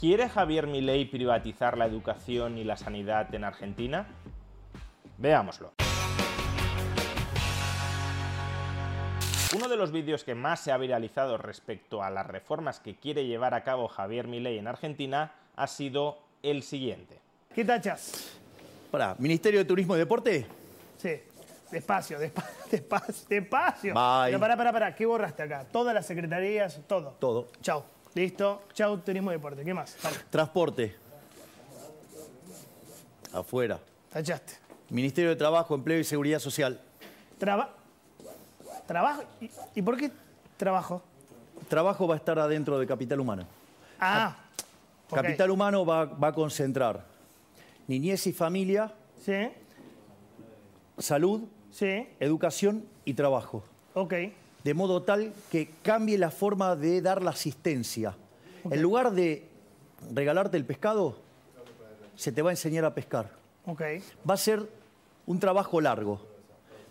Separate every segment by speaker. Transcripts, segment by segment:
Speaker 1: ¿Quiere Javier Milei privatizar la educación y la sanidad en Argentina? Veámoslo. Uno de los vídeos que más se ha viralizado respecto a las reformas que quiere llevar a cabo Javier Milei en Argentina ha sido el siguiente.
Speaker 2: ¿Qué tachas?
Speaker 3: Para, Ministerio de Turismo y Deporte.
Speaker 2: Sí. Despacio, despacio, despacio. despacio.
Speaker 3: Bye.
Speaker 2: Pero pará, pará, pará. ¿Qué borraste acá? Todas las secretarías, todo.
Speaker 3: Todo.
Speaker 2: Chau. Listo. Chau, turismo y deporte. ¿Qué más? Vamos.
Speaker 3: Transporte. Afuera.
Speaker 2: Tachaste.
Speaker 3: Ministerio de Trabajo, Empleo y Seguridad Social.
Speaker 2: Traba... Trabajo. ¿Y, y por qué trabajo?
Speaker 3: Trabajo va a estar adentro de Capital Humano.
Speaker 2: Ah. ok.
Speaker 3: Capital Humano va, va a concentrar niñez y familia,
Speaker 2: Sí,
Speaker 3: salud,
Speaker 2: sí.
Speaker 3: educación y trabajo.
Speaker 2: Ok.
Speaker 3: De modo tal que cambie la forma de dar la asistencia. En lugar de regalarte el pescado, se te va a enseñar a pescar.
Speaker 2: Ok.
Speaker 3: va a ser un trabajo largo,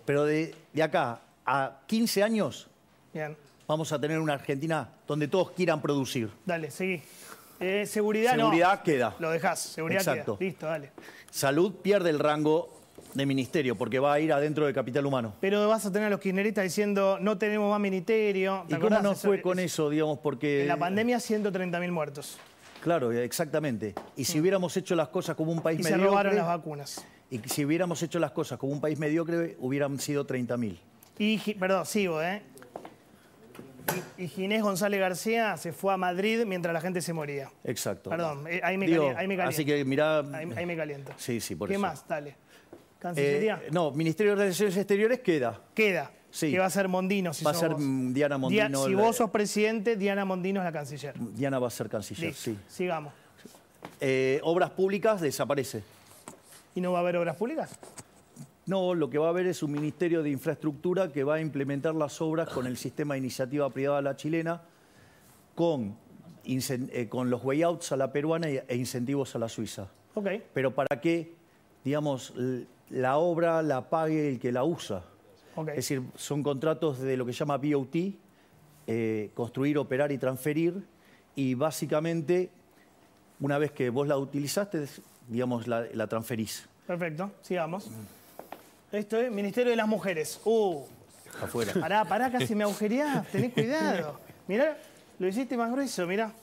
Speaker 3: pero de, de acá a 15 años
Speaker 2: Bien.
Speaker 3: vamos a tener una Argentina donde todos quieran producir.
Speaker 2: Dale, seguí. Eh, seguridad, no.
Speaker 3: Seguridad queda.
Speaker 2: Lo dejás. Seguridad queda.
Speaker 3: Exacto.
Speaker 2: Listo, dale.
Speaker 3: Salud pierde el rango de ministerio porque va a ir adentro de capital humano.
Speaker 2: Pero vas a tener a los kirchneristas diciendo no tenemos más ministerio. ¿Te
Speaker 3: ¿Y cómo
Speaker 2: acordás?
Speaker 3: no
Speaker 2: Eso-
Speaker 3: fue con eso, digamos, porque...
Speaker 2: En la pandemia 130.000 muertos.
Speaker 3: Claro, exactamente. Y si hubiéramos hecho las cosas como un país
Speaker 2: Mm. Y se
Speaker 3: mediocre...
Speaker 2: robaron las vacunas.
Speaker 3: y si hubiéramos hecho las cosas como un país mediocre, hubieran sido 30.000.
Speaker 2: Y, Gi- perdón, sigo, ¿eh? Y, y Ginés González García se fue a Madrid mientras la gente se moría.
Speaker 3: Exacto.
Speaker 2: Perdón, eh, ahí me
Speaker 3: Digo,
Speaker 2: cali- ahí me
Speaker 3: Así
Speaker 2: caliento.
Speaker 3: que mirá...
Speaker 2: Ahí, ahí me caliento.
Speaker 3: Sí, sí, por
Speaker 2: ¿Qué
Speaker 3: eso.
Speaker 2: más? Dale.
Speaker 3: Eh,
Speaker 2: Cancillería.
Speaker 3: no, Ministerio de Relaciones Exteriores queda.
Speaker 2: Queda.
Speaker 3: sí.
Speaker 2: Que va a ser Mondino si
Speaker 3: Va a
Speaker 2: sos
Speaker 3: ser
Speaker 2: vos.
Speaker 3: mm, Diana
Speaker 2: Dia-
Speaker 3: Mondino.
Speaker 2: si
Speaker 3: la-
Speaker 2: vos sos presidente, Diana Mondino es la canciller.
Speaker 3: Diana va a ser canciller,
Speaker 2: Listo.
Speaker 3: sí.
Speaker 2: Sigamos.
Speaker 3: Eh, obras públicas desaparece.
Speaker 2: ¿Y no va a haber obras públicas?
Speaker 3: No, lo que va a haber es un Ministerio de Infraestructura que va a implementar las obras con el sistema de iniciativa privada a la chilena, con, incen- eh, con los way-outs a la peruana y- e incentivos a la suiza.
Speaker 2: Ok.
Speaker 3: Pero para que, digamos, l- la obra la pague el que la usa.
Speaker 2: ok.
Speaker 3: Es decir, son contratos de lo que llama BOT, eh, construir, operar y transferir, y básicamente, una vez que vos la utilizaste, es- digamos, la, la transferís
Speaker 2: Perfecto. Sigamos. Esto es Ministerio de las Mujeres. Uh.
Speaker 3: afuera.
Speaker 2: Pará, pará, casi me agujereás. Tenés cuidado. Mirá, lo hiciste más grueso, mirá.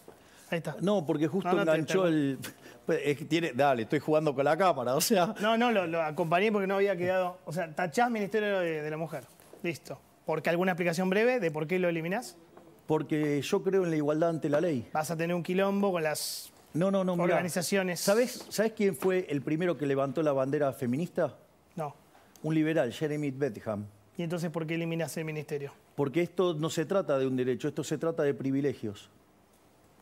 Speaker 2: Ahí está.
Speaker 3: No, porque justo
Speaker 2: No, no, te-
Speaker 3: enganchó
Speaker 2: te-
Speaker 3: el... es que tiene, dale, estoy jugando con la cámara, o sea...
Speaker 2: No, no, lo, lo acompañé porque no había quedado. O sea, tachás Ministerio de, de la Mujer. Listo. Porque alguna explicación breve de por qué lo eliminás?
Speaker 3: Porque yo creo en la igualdad ante la ley.
Speaker 2: Vas a tener un quilombo con las
Speaker 3: No, no, no, mirá.
Speaker 2: organizaciones.
Speaker 3: ¿Sabés, ¿Sabés quién fue el primero que levantó la bandera feminista?
Speaker 2: No.
Speaker 3: Un liberal, Jeremy Bentham.
Speaker 2: ¿Y entonces por qué eliminás el ministerio?
Speaker 3: Porque esto no se trata de un derecho, esto se trata de privilegios.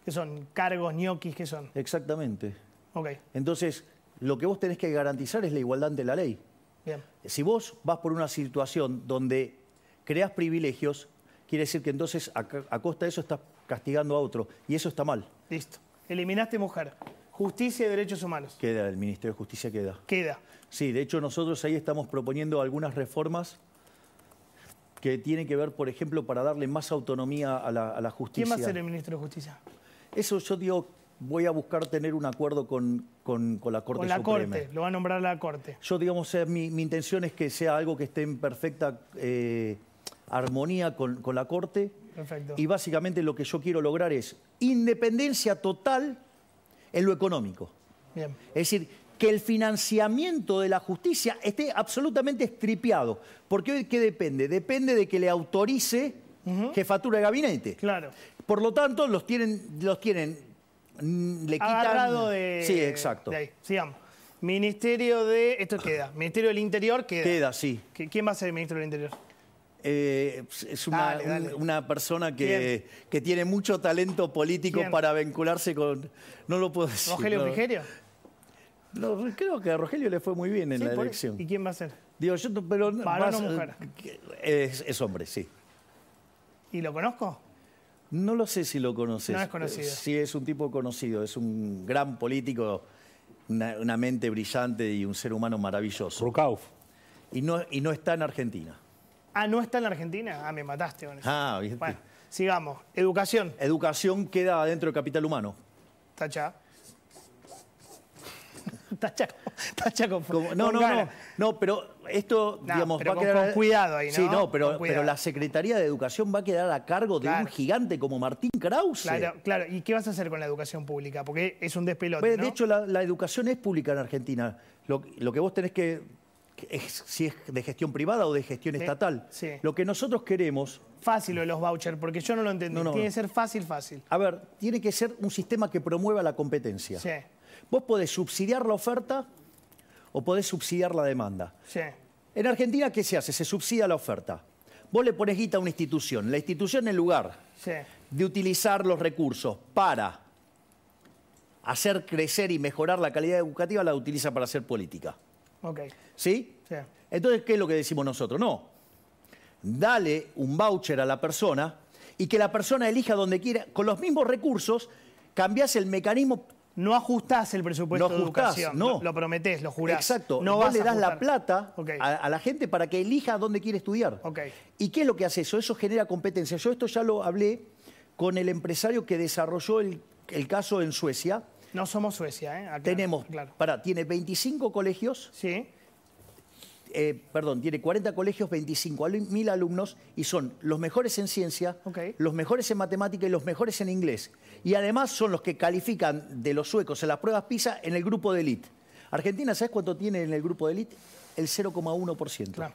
Speaker 2: ¿Qué son? ¿Cargos, ñoquis? ¿Qué son?
Speaker 3: Exactamente.
Speaker 2: Ok,
Speaker 3: Entonces, lo que vos tenés que garantizar es la igualdad ante la ley.
Speaker 2: bien.
Speaker 3: Si vos vas por una situación donde creas privilegios, quiere decir que entonces a, ca- a costa de eso estás castigando a otro. Y eso está mal.
Speaker 2: Listo. Eliminaste mujer. Justicia y derechos humanos.
Speaker 3: Queda, el Ministerio de Justicia queda.
Speaker 2: Queda.
Speaker 3: Sí, de hecho nosotros ahí estamos proponiendo algunas reformas que tienen que ver, por ejemplo, para darle más autonomía a la, a la
Speaker 2: ¿Quién
Speaker 3: justicia.
Speaker 2: va a ser el ministro de Justicia?
Speaker 3: Eso yo digo, voy a buscar tener un acuerdo con, con- con la Corte
Speaker 2: Con la
Speaker 3: Suprema.
Speaker 2: Corte. Lo va a nombrar la Corte.
Speaker 3: Yo, digamos, eh, mi, mi intención es que sea algo que esté en perfecta eh, armonía con, con la Corte.
Speaker 2: Perfecto.
Speaker 3: Y básicamente lo que yo quiero lograr es independencia total en lo económico.
Speaker 2: Bien.
Speaker 3: Es decir, que el financiamiento de la justicia esté absolutamente estripeado. Porque hoy, ¿qué depende? Depende de que le autorice jefatura de gabinete.
Speaker 2: Claro.
Speaker 3: Por lo tanto, los tienen, los tienen, mm, le quitan...
Speaker 2: Agarrado de.
Speaker 3: Sí, exacto.
Speaker 2: de ahí. Sigamos. Ministerio de. Esto queda. Ministerio del Interior queda.
Speaker 3: Queda, sí.
Speaker 2: ¿Qui- ¿Quién va a ser el ministro del Interior?
Speaker 3: eh, es una,
Speaker 2: Dale, dale.
Speaker 3: un- una persona que, que tiene mucho talento político
Speaker 2: ¿Quién?
Speaker 3: para vincularse con... No lo puedo decir.
Speaker 2: ¿Rogelio
Speaker 3: no.
Speaker 2: Frigerio?
Speaker 3: No, creo que a Rogelio le fue muy bien en
Speaker 2: Sí,
Speaker 3: la
Speaker 2: por-
Speaker 3: elección.
Speaker 2: ¿Y quién va a ser?
Speaker 3: Digo, yo no- pero... no- eh,
Speaker 2: ¿Varón o mujer?
Speaker 3: que- Es, es hombre, sí.
Speaker 2: ¿Y lo conozco?
Speaker 3: No lo sé si lo conoces.
Speaker 2: No es conocido.
Speaker 3: Sí, es un tipo conocido. Es un gran político, una, una mente brillante y un ser humano maravilloso.
Speaker 4: Rukauf.
Speaker 3: Y no, y no está en Argentina.
Speaker 2: Ah, ¿no está en la Argentina? Ah, me mataste con eso.
Speaker 3: Ah, bien.
Speaker 2: Bueno, sigamos. Educación,
Speaker 3: Educación queda dentro de Capital Humano.
Speaker 2: tacha. tacha, con- tacha con
Speaker 3: Como-
Speaker 2: con
Speaker 3: no, no,
Speaker 2: gana.
Speaker 3: no, no, pero esto,
Speaker 2: No,
Speaker 3: digamos,
Speaker 2: pero
Speaker 3: va a
Speaker 2: con-
Speaker 3: quedar.
Speaker 2: con cuidado ahí, ¿no?
Speaker 3: Sí, no, pero,
Speaker 2: Con cuidado.
Speaker 3: pero la Secretaría de Educación va a quedar a cargo de
Speaker 2: Claro.
Speaker 3: un gigante como Martín Krause.
Speaker 2: Claro, claro. ¿Y qué vas a hacer con la educación pública? Porque es un despelote,
Speaker 3: Pues,
Speaker 2: ¿no?
Speaker 3: De hecho, la, la educación es pública en Argentina. Lo, lo que vos tenés que. que es- si es de gestión privada o de gestión estatal.
Speaker 2: sí.
Speaker 3: Lo que nosotros queremos.
Speaker 2: Fácil lo de los vouchers, porque yo no lo entendí.
Speaker 3: No, no.
Speaker 2: Tiene que ser fácil, fácil.
Speaker 3: A ver, tiene que ser un sistema que promueva la competencia.
Speaker 2: Sí,
Speaker 3: Vos podés subsidiar la oferta o podés subsidiar la demanda.
Speaker 2: sí.
Speaker 3: En Argentina, ¿qué se hace? Se subsidia la oferta. Vos le pones guita a una institución. La institución, en lugar
Speaker 2: Sí,
Speaker 3: de utilizar los recursos para hacer crecer y mejorar la calidad educativa, la utiliza para hacer política.
Speaker 2: ok.
Speaker 3: ¿Sí?
Speaker 2: Sí.
Speaker 3: Entonces, ¿qué es lo que decimos nosotros? No. Dale un voucher a la persona y que la persona elija donde quiera. Con los mismos recursos, cambiás el mecanismo
Speaker 2: No ajustás el presupuesto
Speaker 3: No
Speaker 2: de
Speaker 3: ajustás,
Speaker 2: educación.
Speaker 3: no.
Speaker 2: Lo, lo prometés, lo jurás.
Speaker 3: Exacto.
Speaker 2: No
Speaker 3: No
Speaker 2: vas
Speaker 3: le
Speaker 2: a
Speaker 3: das la
Speaker 2: ajustar.
Speaker 3: plata
Speaker 2: Ok.
Speaker 3: a, a la gente para que elija dónde quiere estudiar.
Speaker 2: Ok.
Speaker 3: ¿Y qué es lo que hace eso? Eso genera competencia. Yo esto ya lo hablé con el empresario que desarrolló el, el caso en Suecia.
Speaker 2: No somos Suecia, ¿eh? Aclaro,
Speaker 3: Tenemos,
Speaker 2: aclaro.
Speaker 3: pará, tiene 25 colegios,
Speaker 2: Sí,
Speaker 3: eh, perdón, tiene 40 colegios, 25 alu- mil alumnos y son los mejores en ciencia,
Speaker 2: Ok.
Speaker 3: los mejores en matemática y los mejores en inglés. Y además son los que califican de los suecos en las pruebas PISA en el grupo de elite. Argentina, ¿sabes cuánto tiene en el grupo de elite? El 0,1%.
Speaker 2: claro.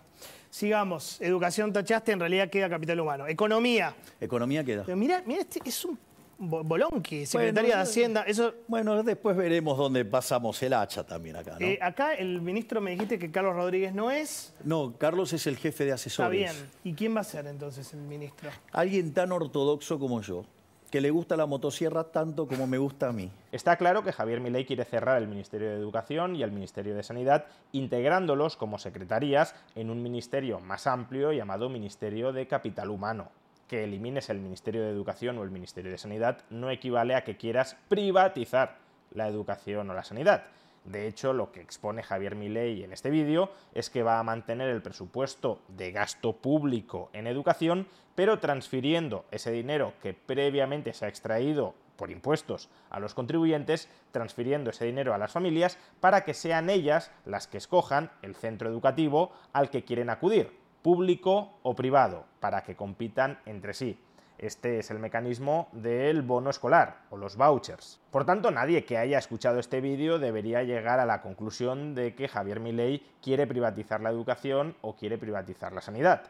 Speaker 2: Sigamos. Educación tachaste, en realidad queda capital humano. Economía.
Speaker 3: Economía queda.
Speaker 2: Pero mira, mira, este es un bo- bolonqui, secretaria
Speaker 3: Bueno,
Speaker 2: de Hacienda. Eso,
Speaker 3: Bueno, después veremos dónde pasamos el hacha también acá, Ah, ¿no?
Speaker 2: eh, acá el ministro me dijiste que Carlos Rodríguez no es.
Speaker 3: no, Carlos es el jefe de
Speaker 2: Está
Speaker 3: asesores.
Speaker 2: bien. ¿Y quién va a ser entonces el ministro?
Speaker 3: Alguien tan ortodoxo como yo, que le gusta la motosierra tanto como me gusta a mí.
Speaker 1: Está claro que Javier Milei quiere cerrar el Ministerio de Educación y el Ministerio de Sanidad, integrándolos como secretarías en un ministerio más amplio llamado Ministerio de Capital Humano. Que elimines el Ministerio de Educación o el Ministerio de Sanidad no equivale a que quieras privatizar la educación o la sanidad. De hecho, lo que expone Javier Milei en este vídeo es que va a mantener el presupuesto de gasto público en educación, pero transfiriendo ese dinero que previamente se ha extraído por impuestos a los contribuyentes, transfiriendo ese dinero a las familias para que sean ellas las que escojan el centro educativo al que quieren acudir, público o privado, para que compitan entre sí. Este es el mecanismo del bono escolar o los vouchers. Por tanto, nadie que haya escuchado este vídeo debería llegar a la conclusión de que Javier Milei quiere privatizar la educación o quiere privatizar la sanidad.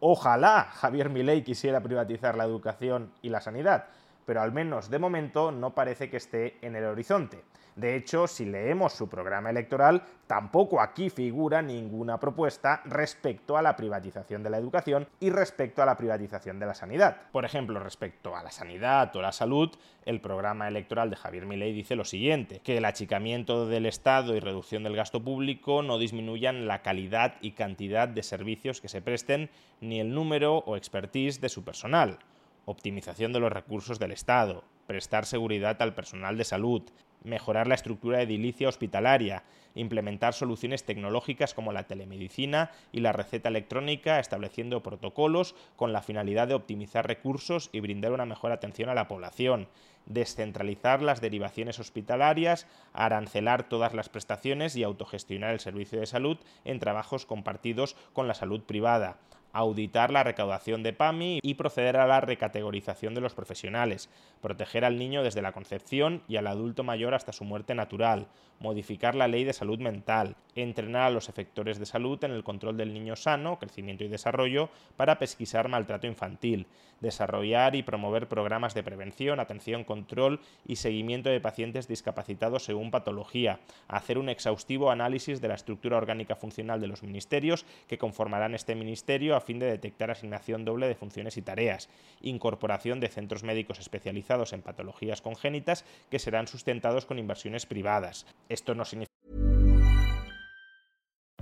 Speaker 1: Ojalá Javier Milei quisiera privatizar la educación y la sanidad, pero al menos de momento no parece que esté en el horizonte. De hecho, si leemos su programa electoral, tampoco aquí figura ninguna propuesta respecto a la privatización de la educación y respecto a la privatización de la sanidad. Por ejemplo, respecto a la sanidad o la salud, el programa electoral de Javier Milei dice lo siguiente, que el achicamiento del Estado y reducción del gasto público no disminuyan la calidad y cantidad de servicios que se presten ni el número o expertise de su personal, optimización de los recursos del Estado, prestar seguridad al personal de salud, mejorar la estructura edilicia hospitalaria, implementar soluciones tecnológicas como la telemedicina y la receta electrónica, estableciendo protocolos con la finalidad de optimizar recursos y brindar una mejor atención a la población, descentralizar las derivaciones hospitalarias, arancelar todas las prestaciones y autogestionar el servicio de salud en trabajos compartidos con la salud privada, auditar la recaudación de PAMI y proceder a la recategorización de los profesionales, proteger al niño desde la concepción y al adulto mayor hasta su muerte natural, modificar la ley de salud mental, entrenar a los efectores de salud en el control del niño sano, crecimiento y desarrollo para pesquisar maltrato infantil, desarrollar y promover programas de prevención, atención, control y seguimiento de pacientes discapacitados según patología, hacer un exhaustivo análisis de la estructura orgánica funcional de los ministerios que conformarán este ministerio a fin de detectar asignación doble de funciones y tareas, incorporación de centros médicos especializados en patologías congénitas que serán sustentados con inversiones privadas. Esto no significa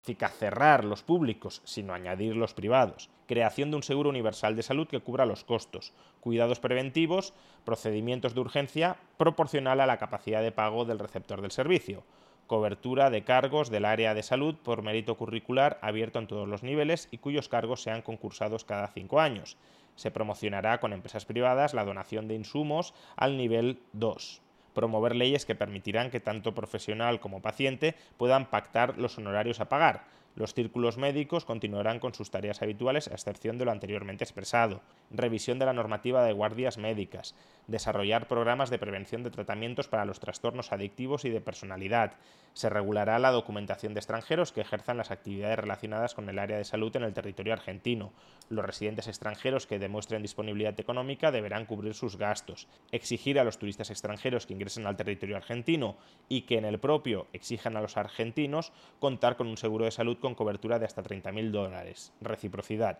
Speaker 1: significa cerrar los públicos, sino añadir los privados, creación de un seguro universal de salud que cubra los costos, cuidados preventivos, procedimientos de urgencia proporcional a la capacidad de pago del receptor del servicio, cobertura de cargos del área de salud por mérito curricular abierto en todos los niveles y cuyos cargos sean concursados cada cinco años. Se promocionará con empresas privadas la donación de insumos al nivel 2 promover leyes que permitirán que tanto profesional como paciente puedan pactar los honorarios a pagar. Los círculos médicos continuarán con sus tareas habituales a excepción de lo anteriormente expresado. Revisión de la normativa de guardias médicas. Desarrollar programas de prevención de tratamientos para los trastornos adictivos y de personalidad. Se regulará la documentación de extranjeros que ejerzan las actividades relacionadas con el área de salud en el territorio argentino. Los residentes extranjeros que demuestren disponibilidad económica deberán cubrir sus gastos. Exigir a los turistas extranjeros que ingresen al territorio argentino y que en el propio exijan a los argentinos contar con un seguro de salud con con cobertura de hasta 30.000 dólares. Reciprocidad.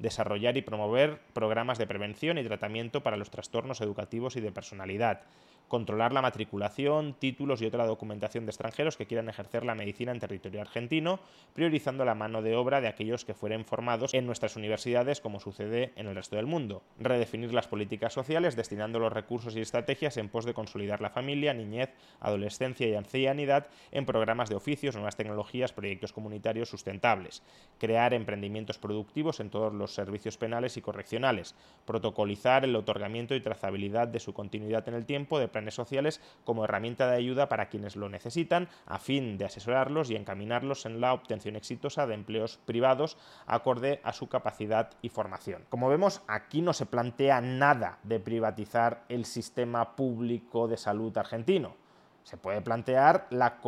Speaker 1: Desarrollar y promover programas de prevención y tratamiento para los trastornos educativos y de personalidad. Controlar la matriculación, títulos y otra documentación de extranjeros que quieran ejercer la medicina en territorio argentino, priorizando la mano de obra de aquellos que fueren formados en nuestras universidades como sucede en el resto del mundo. Redefinir las políticas sociales destinando los recursos y estrategias en pos de consolidar la familia, niñez, adolescencia y ancianidad en programas de oficios, nuevas tecnologías, proyectos comunitarios sustentables. Crear emprendimientos productivos en todos los servicios penales y correccionales. Protocolizar el otorgamiento y trazabilidad de su continuidad en el tiempo de planes sociales como herramienta de ayuda para quienes lo necesitan a fin de asesorarlos y encaminarlos en la obtención exitosa de empleos privados acorde a su capacidad y formación. Como vemos, aquí no se plantea nada de privatizar el sistema público de salud argentino. Se puede plantear la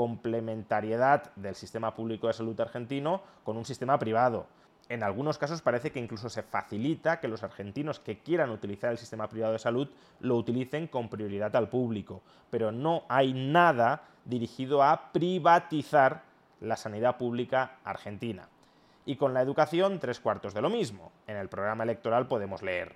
Speaker 1: complementariedad del sistema público de salud argentino con un sistema privado, en algunos casos parece que incluso se facilita que los argentinos que quieran utilizar el sistema privado de salud lo utilicen con prioridad al público, pero no hay nada dirigido a privatizar la sanidad pública argentina. Y con la educación, tres cuartos de lo mismo. En el programa electoral podemos leer.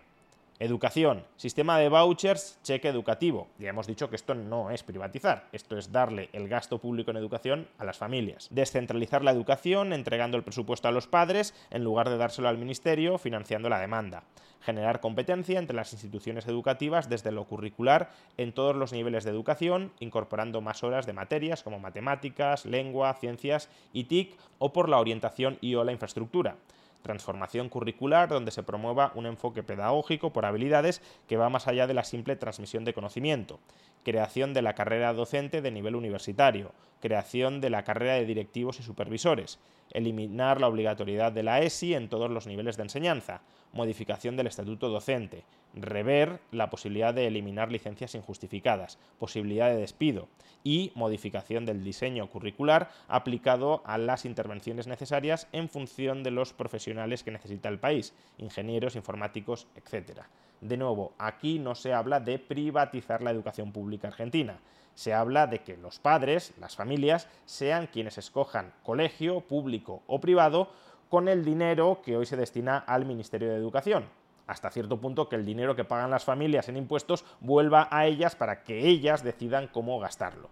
Speaker 1: Educación, sistema de vouchers, cheque educativo. Ya hemos dicho que esto no es privatizar, esto es darle el gasto público en educación a las familias. Descentralizar la educación, entregando el presupuesto a los padres en lugar de dárselo al ministerio, financiando la demanda. Generar competencia entre las instituciones educativas desde lo curricular en todos los niveles de educación, incorporando más horas de materias como matemáticas, lengua, ciencias y TIC o por la orientación y o la infraestructura transformación curricular donde se promueva un enfoque pedagógico por habilidades que va más allá de la simple transmisión de conocimiento, creación de la carrera docente de nivel universitario, creación de la carrera de directivos y supervisores, eliminar la obligatoriedad de la ESI en todos los niveles de enseñanza, modificación del estatuto docente, rever la posibilidad de eliminar licencias injustificadas, posibilidad de despido y modificación del diseño curricular aplicado a las intervenciones necesarias en función de los profesionales que necesita el país, ingenieros, informáticos, etc. De nuevo, aquí no se habla de privatizar la educación pública argentina, se habla de que los padres, las familias, sean quienes escojan colegio, público o privado, con el dinero que hoy se destina al Ministerio de Educación, hasta cierto punto que el dinero que pagan las familias en impuestos vuelva a ellas para que ellas decidan cómo gastarlo.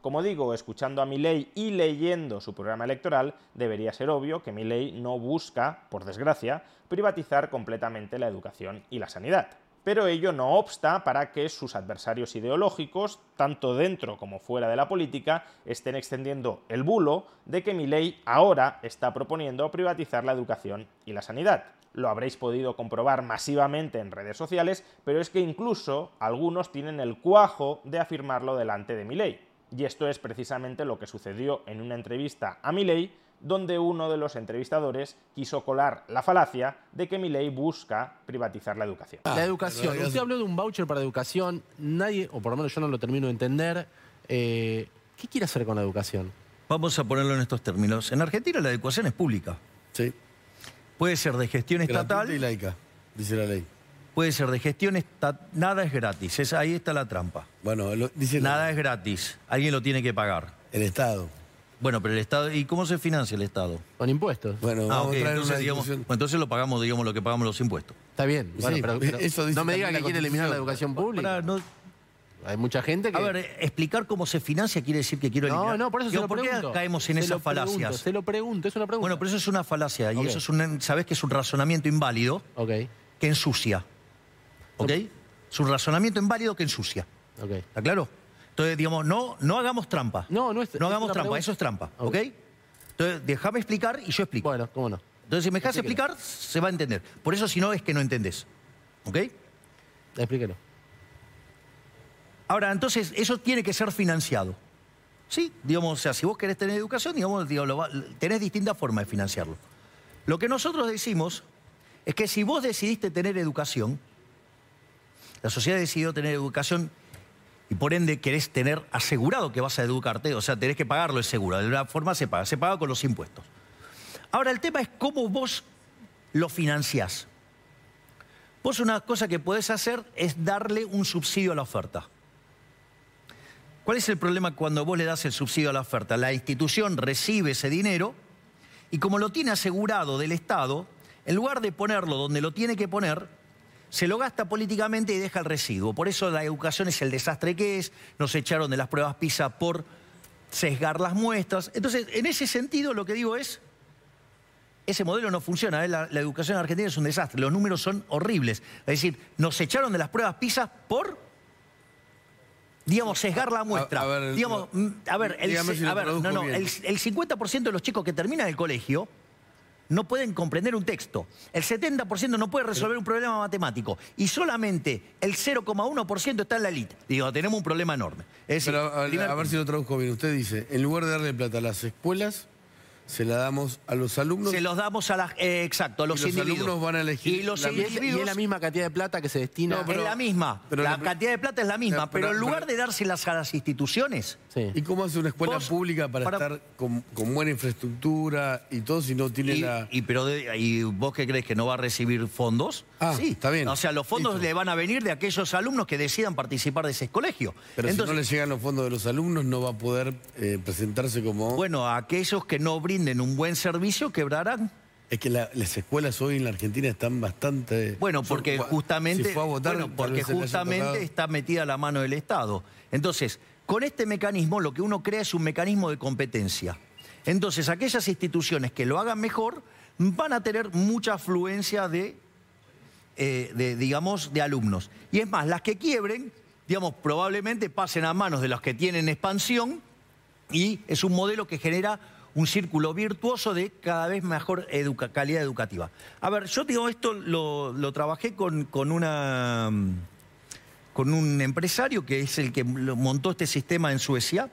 Speaker 1: Como digo, escuchando a Milei y leyendo su programa electoral, debería ser obvio que Milei no busca, por desgracia, privatizar completamente la educación y la sanidad. Pero ello no obsta para que sus adversarios ideológicos, tanto dentro como fuera de la política, estén extendiendo el bulo de que Milei ahora está proponiendo privatizar la educación y la sanidad lo habréis podido comprobar masivamente en redes sociales, pero es que incluso algunos tienen el cuajo de afirmarlo delante de Milei. Y esto es precisamente lo que sucedió en una entrevista a Milei, donde uno de los entrevistadores quiso colar la falacia de que Milei busca privatizar la educación.
Speaker 5: Ah,
Speaker 6: La educación. Usted habló de un voucher para educación. Nadie, o por lo menos yo no lo termino de entender. eh, ¿Qué quiere hacer con la educación?
Speaker 3: Vamos a ponerlo en estos términos. En Argentina la educación es pública.
Speaker 5: Sí.
Speaker 3: Puede ser de gestión
Speaker 5: Gratuita y
Speaker 3: estatal,
Speaker 5: laica, dice la ley.
Speaker 3: puede ser de gestión estatal. Nada es gratis. Es, ahí está la trampa.
Speaker 5: Bueno, lo- dice la-
Speaker 3: Nada es gratis. Alguien lo tiene que pagar.
Speaker 5: el Estado.
Speaker 3: Bueno, pero el Estado. ¿Y cómo se financia el Estado?
Speaker 6: Con impuestos.
Speaker 5: Bueno,
Speaker 3: Ah,
Speaker 5: vamos
Speaker 3: ok,
Speaker 5: a traer
Speaker 3: entonces,
Speaker 5: una
Speaker 3: digamos,
Speaker 5: discusión.
Speaker 3: bueno, entonces lo pagamos, digamos, lo que pagamos los impuestos.
Speaker 6: Está bien.
Speaker 5: Sí,
Speaker 6: Bueno, pero, pero
Speaker 5: eso dice
Speaker 6: no me
Speaker 5: también
Speaker 6: diga
Speaker 5: la
Speaker 6: que quiere eliminar la educación
Speaker 5: Constitución.
Speaker 6: pública.
Speaker 3: Pará, no-
Speaker 6: Hay mucha gente que.
Speaker 3: a ver, eh, explicar cómo se financia quiere decir que quiero
Speaker 6: no,
Speaker 3: eliminar.
Speaker 6: no, por eso
Speaker 3: Digo,
Speaker 6: se lo
Speaker 3: ¿Por
Speaker 6: pregunto.
Speaker 3: qué caemos en
Speaker 6: Se
Speaker 3: esas
Speaker 6: lo pregunto,
Speaker 3: falacias?
Speaker 6: se lo pregunto, es una pregunta.
Speaker 3: Bueno, pero eso es una falacia
Speaker 6: Ok.
Speaker 3: y eso es un, sabes que es un razonamiento inválido
Speaker 6: Ok,
Speaker 3: que ensucia. ¿Ok? Es un razonamiento inválido que ensucia.
Speaker 6: ok.
Speaker 3: ¿Está claro? Entonces, digamos, no, no hagamos trampa.
Speaker 6: No, no es- es
Speaker 3: hagamos trampa,
Speaker 6: una pregunta. Ah,
Speaker 3: eso es trampa.
Speaker 6: Ok.
Speaker 3: ¿Ok? Entonces, déjame explicar y yo explico.
Speaker 6: Bueno, cómo no.
Speaker 3: Entonces, si me dejas explicar, se va a entender. Por eso, si no, es que no entendés. ¿Ok?
Speaker 6: Explíquelo.
Speaker 3: Ahora, entonces, eso tiene que ser financiado. Sí, digamos, o sea, si vos querés tener educación, digamos, digamos, lo va- tenés distintas formas de financiarlo. Lo que nosotros decimos es que si vos decidiste tener educación, la sociedad decidió tener educación y por ende querés tener asegurado que vas a educarte, o sea, tenés que pagarlo, es seguro, de alguna forma se paga, se paga con los impuestos. Ahora, el tema es cómo vos lo financiás. Vos una cosa que podés hacer es darle un subsidio a la oferta. ¿Cuál es el problema cuando vos le das el subsidio a la oferta? La institución recibe ese dinero y como lo tiene asegurado del Estado, en lugar de ponerlo donde lo tiene que poner, se lo gasta políticamente y deja el residuo. Por eso la educación es el desastre que es, nos echaron de las pruebas PISA por sesgar las muestras. Entonces, en ese sentido lo que digo es, ese modelo no funciona. ¿eh? La, la educación en Argentina es un desastre. Los números son horribles. Es decir, nos echaron de las pruebas PISA por, digamos, sesgar la muestra.
Speaker 5: a ver, el-
Speaker 3: digamos, mm, a ver, el,
Speaker 5: dígame si lo
Speaker 3: a ver, no,
Speaker 5: traduzco
Speaker 3: no,
Speaker 5: bien.
Speaker 3: el, el 50% de los chicos que terminan el colegio no pueden comprender un texto. El 70% no puede resolver un problema matemático. Y solamente el 0,1% está en la elite. Digo, tenemos un problema enorme. Es decir,
Speaker 5: Pero a, a-
Speaker 3: primer
Speaker 5: a ver si lo traduzco bien. Usted dice, en lugar de darle plata a las escuelas, se la damos a los alumnos.
Speaker 3: se los damos a las... eh, exacto, a los,
Speaker 5: los
Speaker 3: individuos.
Speaker 5: alumnos van a elegir
Speaker 3: Y los
Speaker 6: Y
Speaker 5: la-
Speaker 6: es, y es
Speaker 3: individuos...
Speaker 6: la misma cantidad de plata que se destina.
Speaker 5: No, pero-
Speaker 3: es la misma.
Speaker 5: pero
Speaker 3: la
Speaker 5: la-
Speaker 3: cantidad de plata es la misma.
Speaker 5: la-
Speaker 3: pero,
Speaker 5: pero-
Speaker 3: en lugar
Speaker 5: pero-
Speaker 3: de dárselas a las instituciones,
Speaker 6: Sí.
Speaker 5: ¿Y cómo hace una escuela
Speaker 3: Vos-
Speaker 5: pública para,
Speaker 3: para-
Speaker 5: estar con, con buena infraestructura y todo si no tiene
Speaker 3: Y,
Speaker 5: la...
Speaker 3: y pero de- y vos qué crees que no va a recibir fondos?
Speaker 5: Ah, está bien.
Speaker 3: O sea, los fondos
Speaker 5: Listo.
Speaker 3: le van a venir de aquellos alumnos que decidan participar de ese colegio.
Speaker 5: Pero si
Speaker 3: Entonces,
Speaker 5: no le llegan los fondos de los alumnos, no va a poder eh, presentarse como...
Speaker 3: bueno, a aquellos que no brinden un buen servicio quebrarán.
Speaker 5: Es que la- las escuelas hoy en la Argentina están bastante...
Speaker 3: Bueno,
Speaker 5: Yo-
Speaker 3: porque
Speaker 5: gua-
Speaker 3: justamente,
Speaker 5: si fue a votar,
Speaker 3: bueno,
Speaker 5: tal
Speaker 3: porque
Speaker 5: vez se le haya
Speaker 3: justamente
Speaker 5: tocado.
Speaker 3: está metida la mano del Estado. Entonces, con este mecanismo lo que uno crea es un mecanismo de competencia. Entonces, aquellas instituciones que lo hagan mejor van a tener mucha afluencia de, eh, de, digamos, de alumnos. Y es más, las que quiebren, digamos, probablemente pasen a manos de los que tienen expansión y es un modelo que genera un círculo virtuoso de cada vez mejor educa- calidad educativa. A ver, yo digo esto, lo, lo trabajé con, con una mm, con un empresario que es el que lo- montó este sistema en Suecia,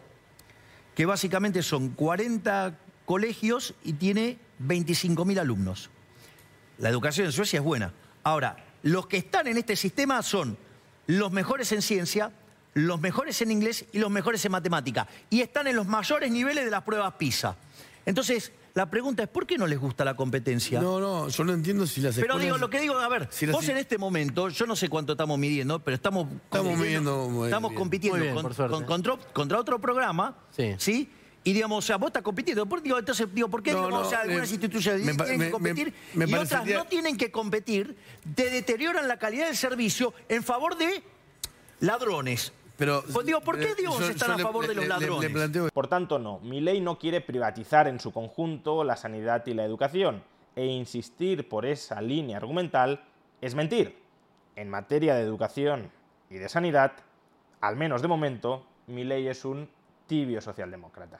Speaker 3: que básicamente son 40 colegios y tiene 25.000 alumnos. La educación en Suecia es buena. Ahora, Los que están en este sistema son los mejores en ciencia, los mejores en inglés y los mejores en matemática. Y están en los mayores niveles de las pruebas PISA. Entonces, la pregunta es, ¿por qué no les gusta la competencia?
Speaker 5: No, no, yo no entiendo si las
Speaker 3: Pero
Speaker 5: escuelas...
Speaker 3: digo, lo que digo, a ver,
Speaker 5: Si las
Speaker 3: vos
Speaker 5: in-
Speaker 3: en este momento, yo no sé cuánto estamos midiendo, pero estamos
Speaker 5: Estamos midiendo muy
Speaker 3: estamos
Speaker 5: bien.
Speaker 3: compitiendo
Speaker 6: Muy bien,
Speaker 3: con-
Speaker 6: por suerte.
Speaker 3: con- contra, contra otro programa, sí.
Speaker 6: Sí.
Speaker 3: Y digamos, o sea, vos estás compitiendo. Por, digo, entonces, digo, ¿por qué
Speaker 5: No,
Speaker 3: digamos,
Speaker 5: no,
Speaker 3: o sea, algunas
Speaker 5: eh,
Speaker 3: instituciones
Speaker 5: me pa-
Speaker 3: tienen que
Speaker 5: me-
Speaker 3: competir
Speaker 5: me- me
Speaker 3: y otras
Speaker 5: parecería-
Speaker 3: no tienen que competir? Te deterioran la calidad del servicio en favor de ladrones.
Speaker 5: Pero,
Speaker 3: Pues digo, ¿por qué,
Speaker 5: eh,
Speaker 3: digo,
Speaker 5: yo-
Speaker 3: están
Speaker 5: yo
Speaker 3: a
Speaker 5: le-
Speaker 3: favor
Speaker 5: le-
Speaker 3: de los
Speaker 5: le- le-
Speaker 3: ladrones?
Speaker 5: Le planteo
Speaker 1: Por tanto, no, mi ley no quiere privatizar en su conjunto la sanidad y la educación, e insistir por esa línea argumental es mentir. En materia de educación y de sanidad, al menos de momento, mi ley es un tibio socialdemócrata.